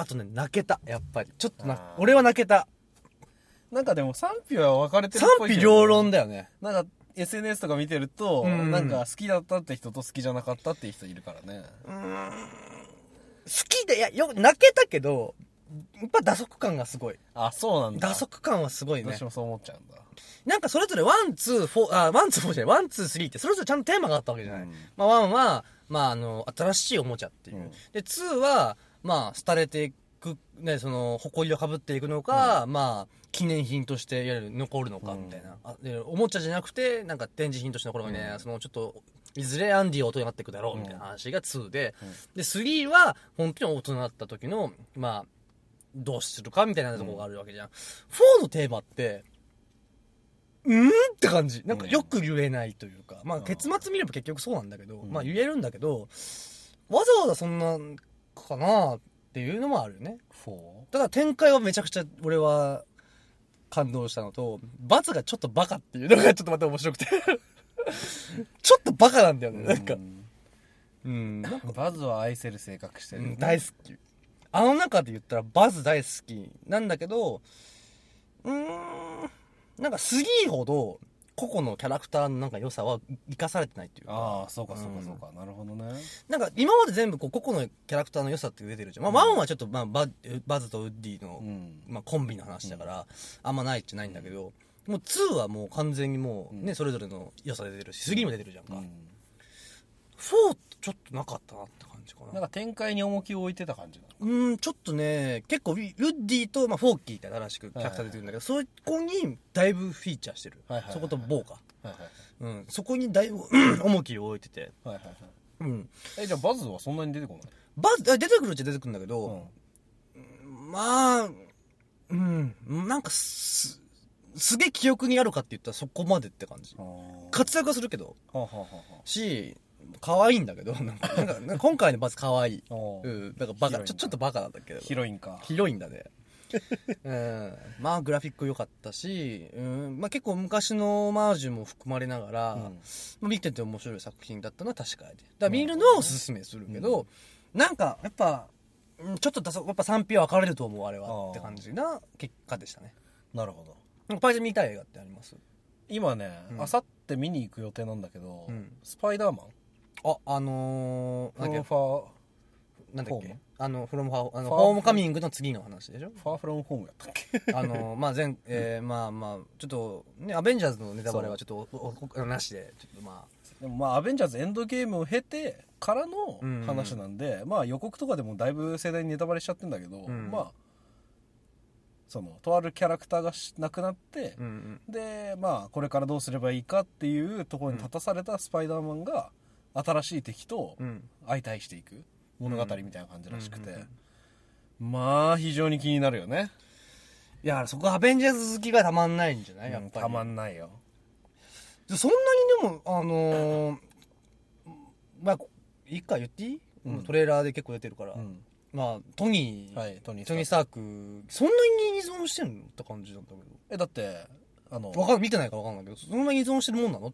あとね、泣けた、やっぱり。ちょっとな
あ、ー
俺は泣けた。
うなんかでも賛否は分かれてる
賛
っぽい
否
けど
両論だよね。
なんか SNS とか見てると、
うん
なんか好きだったって人と好きじゃなかったっていう人いるからね。
好きで、いや、よ、泣けたけど、やっぱ打足感がすごい。
あ、そうなんだ。
打足感はすごい
どう
ね
し。もそう思っちゃうんだ。
なんかそれぞれワン、ツー、フォー、あ、ワン、ツー、フォーじゃない、ワン、ツー、スリーってそれぞれちゃんとテーマがあったわけじゃない。
うん
まあ、ワンは、まあ、あの、新しいおもちゃっていう。
うん
で、ツーは、まあ、廃れていく、ね、その、誇りをかぶっていくのか、まあ、記念品として、いわゆる残るのか、みたいな、あで。おもちゃじゃなくて、なんか展示品として残るのかね、その、ちょっと、いずれアンディは大人になっていくだろう、みたいな話がツーで、で、スリーは、本当に大人だった時の、まあ、どうするかみたいなところがあるわけじゃん。フォーのテーマって、うーんって感じ。なんかよく言えないというか。まあ結末見れば結局そうなんだけど、まあ言えるんだけど、わざわざそんな、かなっていうのもあるよね。
4?
ただ展開はめちゃくちゃ俺は感動したのと、罰がちょっとバカっていうのがちょっとまた面白くて。 ちょっとバカなんだよね、なんか。うん。
バズは愛せる性格してる、
うん大好きあの中で言ったらバズ大好きなんだけどうーんなんかスギーほど個々のキャラクターのなんか良さは生かされてないっていうか
ああ、そうかそうかそうか。なるほどね。
なんか今まで全部こう個々のキャラクターの良さって出てるじゃん、まあ、ワンはちょっとまあババズとウッディの、
うん。
まあ、コンビの話だから、あんまないっちゃないんだけど、もう2はもう完全にもうね、それぞれの良さ出てるしスギーも出てるじゃんか、
うん
4ってちょっとなかったなって感じかな
なんか展開に重きを置いてた感じだ。
うーん、ちょっとね、結構ウィ、ウッディと、まあ、フォーキーって新しくキャラクター出てくるんだけど、そこにだいぶフィーチャーしてる。
はいはいはい
そことボーカ。
はいはい
うん、そこにだいぶ、うん重きを置いてて。
はいはいはい。
うん。
え、じゃあバズはそんなに出てこない
バズ、あ出てくるっちゃ出てくるんだけど、まあ、うん、なんかす、すげえ記憶にあるかって言ったらそこまでって感じ。
ん。
活躍はするけど、
はあはあはあはあ
し、可愛いんだけど、なんか、なんかなんか今回のバス可愛い。
おう
うん、なんかバカ、
広いんだ
ちょ、ちょっとバカなんだけど。
ヒロインか。
広いんだね。うん、 まあグラフィック良かったし、うんまあ、結構昔のオマージュも含まれながら、まあ、見てて面白い作品だったのは確かやでだから見るのはおすすめするけど、なんかやっぱうんちょっとだそやっぱ賛否は分かれると思うあれ
あ
は
あ
って感じな結果でしたね
なるほど。
なんかパイセン見たい映画ってあります
今ね、
うん
あさって見に行く予定なんだけど、
うん
スパイダーマン
ああのー、
フロ
な
ム
んだっけ
ファー、
なんだっ
フォー
け
ム
あのフロムハーあの
ファー
ホームカミングの次の話でしょ
ファーフロムホームやったっけ
あのまあ前、えー、まあまあちょっとねアベンジャーズのネタバレはちょっとおおおなしでちょっとまあ
でもまあ、アベンジャーズエンドゲームを経てからの話なんで、まあ予告とかでもだいぶ盛大にネタバレしちゃってんだけど、
ん
まあ、その、とあるキャラクターがし亡くなって、
うんうん
で、まあ、これからどうすればいいかっていうところに立たされたスパイダーマンが、新しい敵と
うん
相対していく物語みたいな感じらしくて、まあ、非常に気になるよね。
いやそこアベンジャーズ好きがたまんないんじゃないやっぱり、
たまんないよ。
そんなにでもあのー、まあ一回言っていい、トレーラーで結構出てるから、
ん
まあトニー、
はいトニースターク
スタークそんなに依存してんのって感じなんだけ
え、だって、あの
ど、わかん見てないからわかんないけどそんなに依存してるもんなの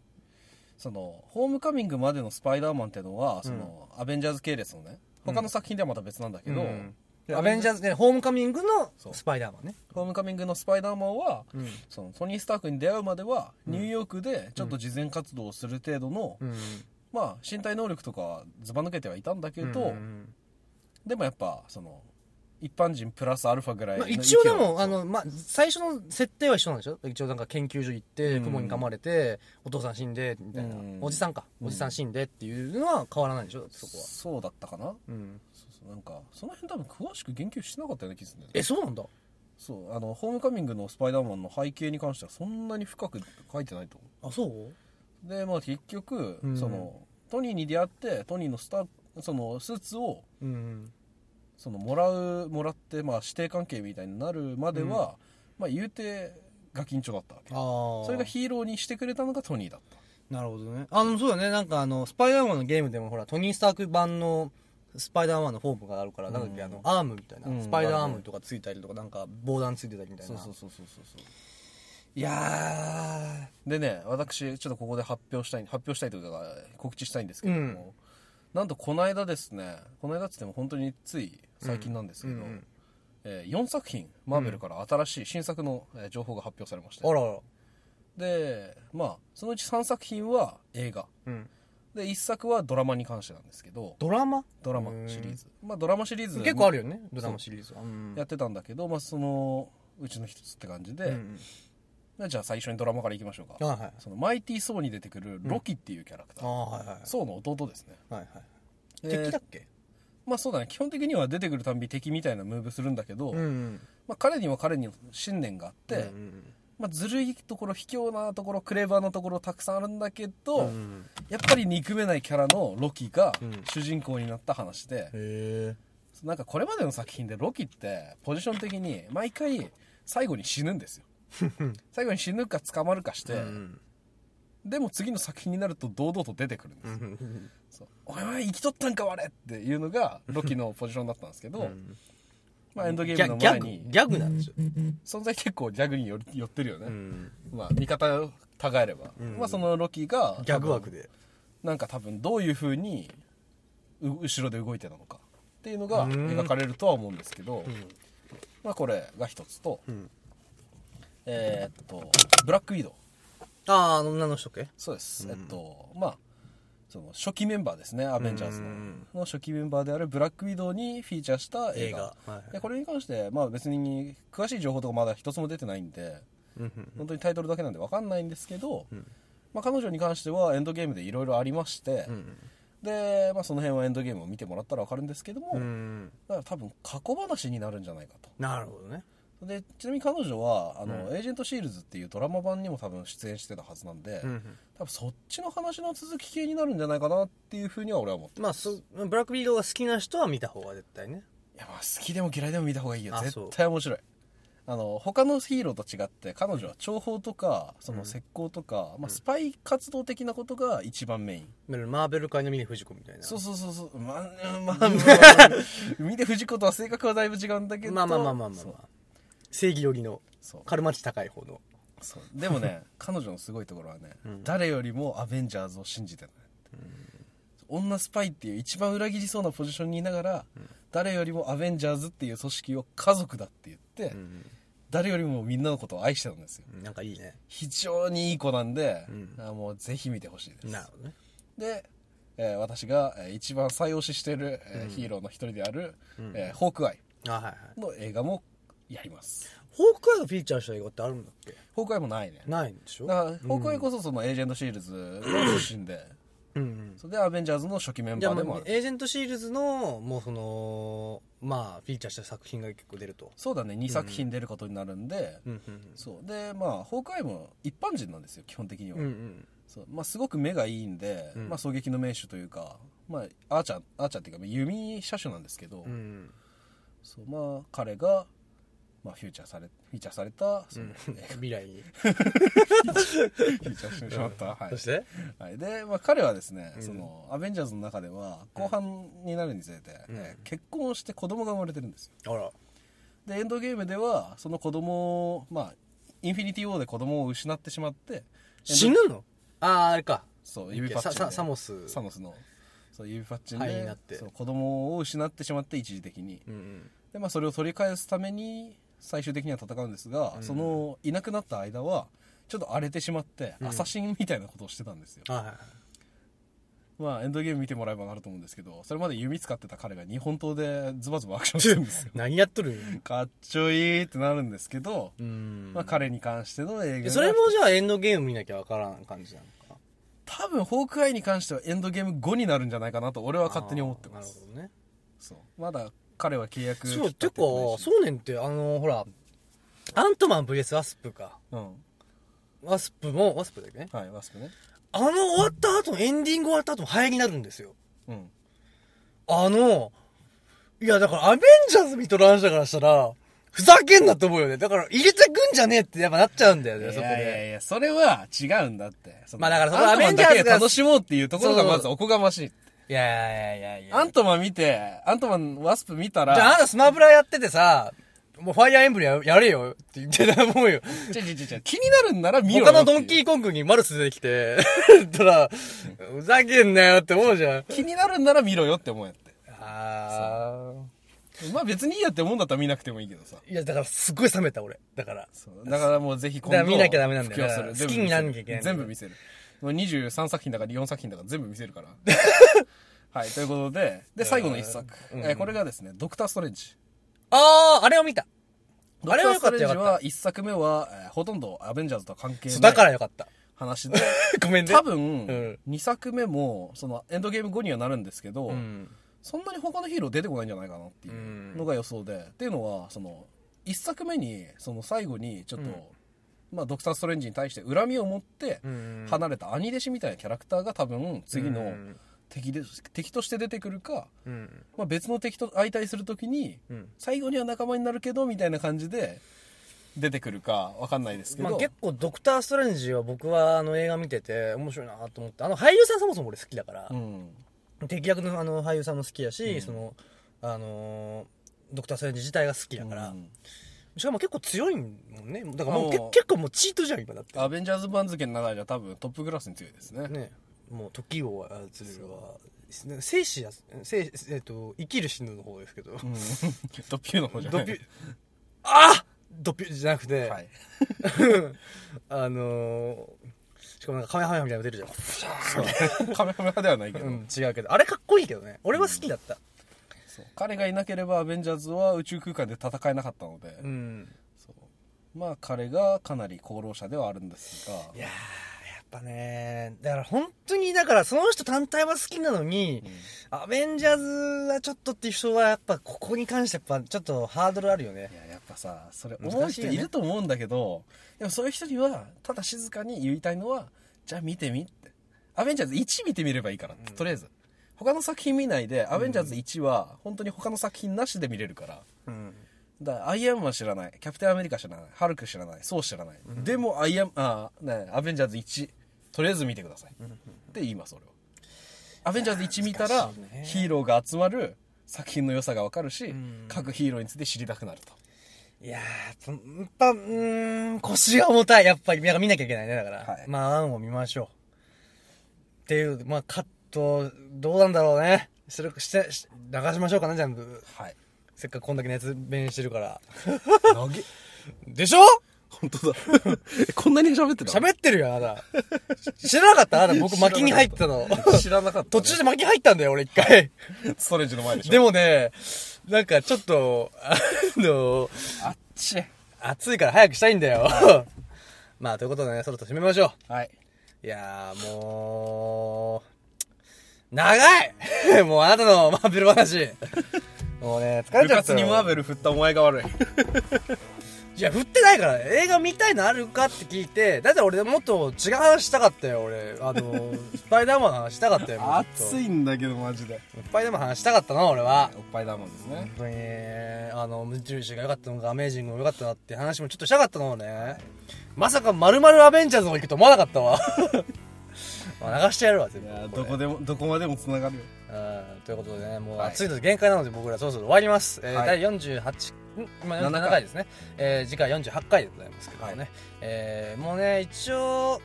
その、ホームカミングまでのスパイダーマンってのは、その、アベンジャーズ系列のね、他の作品ではまた別なんだけど、
うんアベンジャーズねホームカミングの
そう
スパイダーマンね
ホームカミングのスパイダーマンは、
うん
その、トニー・スタークに出会うまでは、ニューヨークでちょっと事前活動をする程度の、
うん
まあ、身体能力とかはずば抜けてはいたんだけど、
ん
でもやっぱ、その、一般人プラスアルファぐらい
まあ、
の勢い
一応でも、あの、まあ、最初の設定は一緒なんでしょ一応なんか研究所行って、
うん
雲に噛まれて、お父さん死んで、みたいな、
うん
おじさんか、おじさん死んでっていうのは変わらないでしょそこは。
そうだったかな
うん。
そうそうなんか、その辺多分詳しく言及してなかったような気がするんだよね
え、そうなんだ。
そうあのホームカミングのスパイダーマンの背景に関してはそんなに深く書いてないと思
あ、そう
うでまあ結局、
うん
そのトニーに出会ってトニーのスタそのスーツを
うん。
そのもらうもらって、まあ、師弟関係みたいになるまでは、まあ言うてガキンチョだったわけ
ああ。
それがヒーローにしてくれたのがトニーだった
なるほどね。あの、そうだね。なんかあの、スパイダーマンのゲームでもほら、トニー・スターク版のスパイダーマンのフォームがあるから、なんだっけ、あの、アームみたいな、
うん
スパイダーアームとかついたりとか、なんか防弾ついてたりみたいな。
そうそうそうそう
いや
でね私ちょっとここで発表したい発表したいというか告知したいんですけども、
うん
なんとこの間ですねこの間っつっても本当につい最近なんですけど、
うんうん
え4作品マーベルから新しい新作の、えー情報が発表されま
ー。
し
あ
た
らあら。
でまあそのうち3作品は映画
うん。
で1作はドラマに関してなんですけど
ドラマ
ドラマシリーズまあドラマシリーズ
結構あ
る
るよねドラマシリーズはうん
やってたんだけど、まあ、そのうちの一つって感じで、
うん
まあじゃあ最初にドラマからいきましょう
あ
か
はいはい
そのマイティー・ソーに出てくるロキっていうキャラクタ
あ
ー、
はいはい
ソーの弟ですね
はいはい
えー
敵だっけ
まあそうだね基本的には出てくるたんび敵みたいなムーブするんだけど、
ん
まあ、彼には彼にの信念があって、
うん
まあ、ずるいところ卑怯なところクレバーなところたくさんあるんだけど、
ん
やっぱり憎めないキャラのロキが
ん
主人公になった話で、
へ
なんかこれまでの作品でロキってポジション的に毎回最後に死ぬ んですよ最後に死ぬか捕まるかして、
え
でも次の作品になると堂々と出てくるんですよ、そうお前は生きとったんか我っていうのがロキのポジションだったんです けど、まあ、エンド
ギ
ゲーム
ャ
の
ギャ
前
グ
に
ギャグなんですよ
存在結構ギャグにより寄ってるよね、まあ味方をたがえれば、まあそのロキが
ギャグ枠で
なんか多分どういう風にう後ろで動いてたのかっていうのが描かれるとは思うんですけど、まあこれが一つと、えーっとブラックウィドウ
あああの女の人っけ
そうです、えっとまあその初期メンバーですねアベンジャーズの,、の初期メンバーであるブラックウィドウにフィーチャーした映画
映画はい
でこれに関して、まあ、別に詳しい情報とかまだ一つも出てないんで本当にタイトルだけなんで分かんないんですけど、まあ、彼女に関してはエンドゲームでいろいろありまして、で、まあ、その辺はエンドゲームを見てもらったら分かるんですけども、
ん
だから多分過去話になるんじゃないかと。
なるほどね
でちなみに彼女はあの、エージェント・シールズ」っていうドラマ版にも多分出演してたはずなんで、多分そっちの話の続き系になるんじゃないかなっていうふうには俺は思って
まあそブラックビードが好きな人は見た方が絶対ね
いやまあ好きでも嫌いでも見た方がいいよ
あ
絶対面白いあの他のヒーローと違って彼女は諜報とかその石膏とか、まあ、スパイ活動的なことが一番メイン、
マーベル界の峰不二子みたいな。
そうそうそうそうまあまあまあ 海で藤子とは性格はだいぶ違うんだけど
まあまあまあまあまあ、
そう
まあ。正義寄りの
そう、
カルマ値高い方の。
そうでも ね彼女のすごいところはね、
ん
誰よりもアベンジャーズを信じてない、女スパイっていう一番裏切りそうなポジションにいながら、誰よりもアベンジャーズっていう組織を家族だって言って、誰よりもみんなのことを愛してたんですよ
うんなんかいいね。
非常にいい子なんで、
ん
あもうぜひ見てほしいです
なるほどね。
で、えー私がえー一番最推ししてる、えーヒーローの一人である、えーホークアイ
あ、はいはい。
の映画もやります
ホークアイがフィーチャーした映画ってあるんだっけ
ホークアイもないね
ないんでしょ
だからホークアイこそそのエージェントシールズの出身で、
うんうん。
それでアベンジャーズの初期メン
じゃ
バ
あ
ーで
も
もあ
う
る
エージェントシールズのもうそのまあフィーチャーした作品が結構出ると
そうだね2作品出ることになるんで、
うんうん
そうでまあホークアイも一般人なんですよ基本的には、
うんうん
そうまあ、すごく目がいいんで、
ん
まあ、狙撃の名手というか、まあ、アーチャーアーチャーっていうか弓射手なんですけど、
うん
そうまあ、彼が、まあ、フューチャーされフィーチャーされたその、
未来に
フィーチャーしてしまった、 は
そして
いはい、で、まあ、彼はですね、そのアベンジャーズの中では後半になるにつれて、えー結婚をして子供が生まれてるんですよ
あら
でエンドゲームではその子供をまあインフィニティ・ウォーで子供を失ってしまって
死ぬのあああれか
そう指パッチンで
サササモス
サモスのそう指パッチン
灰にな
で
って
そう子供を失ってしまって一時的に、
うんうん
でまあ、それを取り返すために最終的には戦うんですが、そのいなくなった間はちょっと荒れてしまって、アサシンみたいなことをしてたんですよ、
あはいはい
まあエンドゲーム見てもらえばなると思うんですけどそれまで弓使ってた彼が日本刀でズバズバアクションしてるん ですよ
何やっとるんや
かっちょいいってなるんですけど、
うん
まあ、彼に関しての映画
え
が
それもじゃあエンドゲーム見なきゃわからん感じなのか
多分ホークアイに関してはエンドゲーム後になるんじゃないかなと俺は勝手に思ってます
あーなる
そうまだ彼は契約
ほどねそう
期
て
間
か
取ってないし
そうねんってあのほらアントマン VS ワスプか
うん
ワスプもワスプだよね
はいワスプね
あの終わった後のエンディング終わった後もハエになるんですよ
うん
あの、いや、だから、アベンジャーズ見とらん者からしたら、ふざけんなって思うよね。だから、入れてくんじゃねえってやっぱなっちゃうんだよ
い
ね、
やい
そこ
や
で。
いやそれは違うんだってその
まあだからその
アントマ
アベ
ンだ
ンジャー
け
ズ
で
が
楽しもうっていうところが
そう
まずおこがましい
いやいやいやいや
アントマン見てアントマンワスプ見たら
じゃあ、あなたスマブラやっててさ、もうファイアーエンブレムややれよって言ってたもん よ。
ちょちょちょちょ 気になるんなら見ろよ
他のドンキ
っていう
ーコングにマルス出てき て、言ったら、ふざけんなよって思うじゃん。
気になるんなら見ろよって思うやって
あ
まあ別にいいやって思うんだったら見なくてもいいけどさ
ー。いや、だから、すごい冷めた、俺。だから。
そうだからもうぜひ今
だ
度
から見なきゃダメなんだよ
布教する
だから好きにならなきゃいけないんだよ
全部見せるもう23作品だから4作品だから全部見せるから はいということでで最後の1作、えーこれがですね「ドクター・ストレンジ」
あー、あれを見た。
ド
あ
クタ
れは
ー・
よ
ス
か
ト
った
レン
よか
ジ
った
は。1作目は、えーほとんどアベンジャーズとは関係
そうだか
な
ら
い
よかった。
話で
ごめんね。
多分、
うん
2作目もそのエンドゲーム後にはなるんですけど、
うん。
そんなに他のヒーロー出てこないんじゃないかなっていうのが予想で、っていうのはその1作目にその最後にちょっと、まあ、ドクター・ストレンジに対して恨みを持って
ん
離れた兄弟子みたいなキャラクターが多分次
う
の
ん
敵で敵として出てくるか、
うん。
まあ、別の敵と相対する時に
うん
最後には仲間になるけどみたいな感じで出てくるかわかんないですけ
まあ
ど、
結構ドクター・ストレンジは僕はあの映画見てて面白いなと思って、あの俳優さんそもそも俺好きだから
う、ん、
敵役のあの俳優さんも好きやし、その、あのー、ドクター・ストレンジ自体が好きだから、
うん
しかも結構強いもんね。だからもうけ
もう
結構もうチートじゃん、今だって。
アベンジャーズ番付の中では多分トップクラスに強いですね
ね。もう時を操るは、生死や、生死、えっと、生きる死ぬの方ですけど、
うん ドピューの方じゃな
ド
い
ピュ、あドピュじゃなくて、
はい、
あのー、しかもなんかカメハメハみたいなの出るじゃん。
そうカメハメハではないけど、
うん、違うけど。あれかっこいいけどね。俺は好きだった。
そう彼がいなければアベンジャーズは宇宙空間で戦えなかったので、
うん。
そうまあ彼がかなり功労者ではあるんですが
いやー、やっぱねだから本当に、だからその人単体は好きなのに、アベンジャーズはちょっとっていう人はやっぱここに関してやっぱちょっとハードルあるよね
い。ややっぱさそれ思う
難しい
人
よね
いると思うんだけど、でもそういう人にはただ静かに言いたいのはじゃあ見てみってアベンジャーズ1見てみればいいからって、とりあえず他の作品見ないでアベンジャーズ1は本当に他の作品なしで見れるから、
うん。
だからアイアンマン知らないキャプテンアメリカ知らないハルク知らないそう知らない、でもアイアンあーねアベンジャーズ1とりあえず見てください、って言います俺はアベンジャーズ1見たら、ヒーローが集まる作品の良さがわかるし、各ヒーローについて知りたくなると
いやー、やっぱ、やっぱうーん、腰が重たい。やっぱり、なんか見なきゃいけないね、だから。
はい
まあ、案を見ましょう。っていう、まあ、カット、どうなんだろうね。出力して、し流しましょうかね、全部。
はい
せっかくこんだけ熱弁してるから。
投げ
でしょ
本当だ。えこんなに喋ってた
喋ってるよ、あなた。知らなかったあなた、僕、巻きに入ってたの。
知らなかった、
途中で巻き入ったんだよ、俺一回。
ストレージの前でしょ
でもね、なんかちょっと、あの、
あっち
暑いから早くしたいんだよ。 まあ、ということでね、そろそろ締めましょう。
はい
いやー、もう、長い もうあなたのマーベル話。もうね、疲れ
部
ちゃった
活
よ。
にマーベル振ったお前が悪い
いや、振ってないから、映画見たいのあるかって聞いて、だって俺もっと違う話したかったよ、俺。あの、 スパイダーマンの話したかったよ、もうちょっと
熱いんだけどマジで
スパイダーマンの話したかったな、俺は。
おっぱいだもんですね
本当にあの無印が良かったのかアメージングも良かったなって話もちょっとしたかったのねまさかまるまるアベンジャーズも行くと思わなかったわまあ流してやるわ全
い
部
や
こ
ど
れ
こでもどこまでもつながるよ
うんということでねもう
はい
暑いので限界なので僕らそろそろ終わります、えー
はい
第48ん今47
7回
回ですね、えー次回48回でございますけどもね、
は
えーもうね一応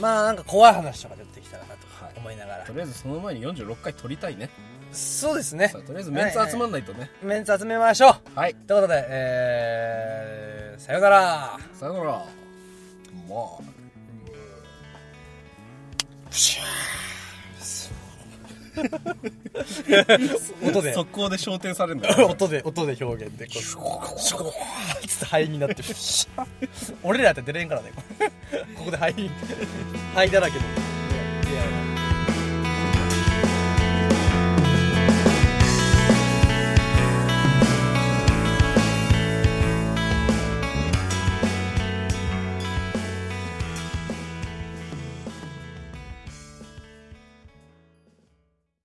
まあなんか怖い話とか出てきたらなと
はい
思いながら、
とりあえずその前に46回撮りたいね
そうですね
さあとりあえずメンツ集まんないとね
メンツ集めましょう
はい
ということで、えー、さよなら
さよならまあ
音で
速攻で昇天されるんだよ
音で音で表現でこうシュコーシュコーつって肺になってる俺らって出れんからねこれここで肺肺だらけでいやいや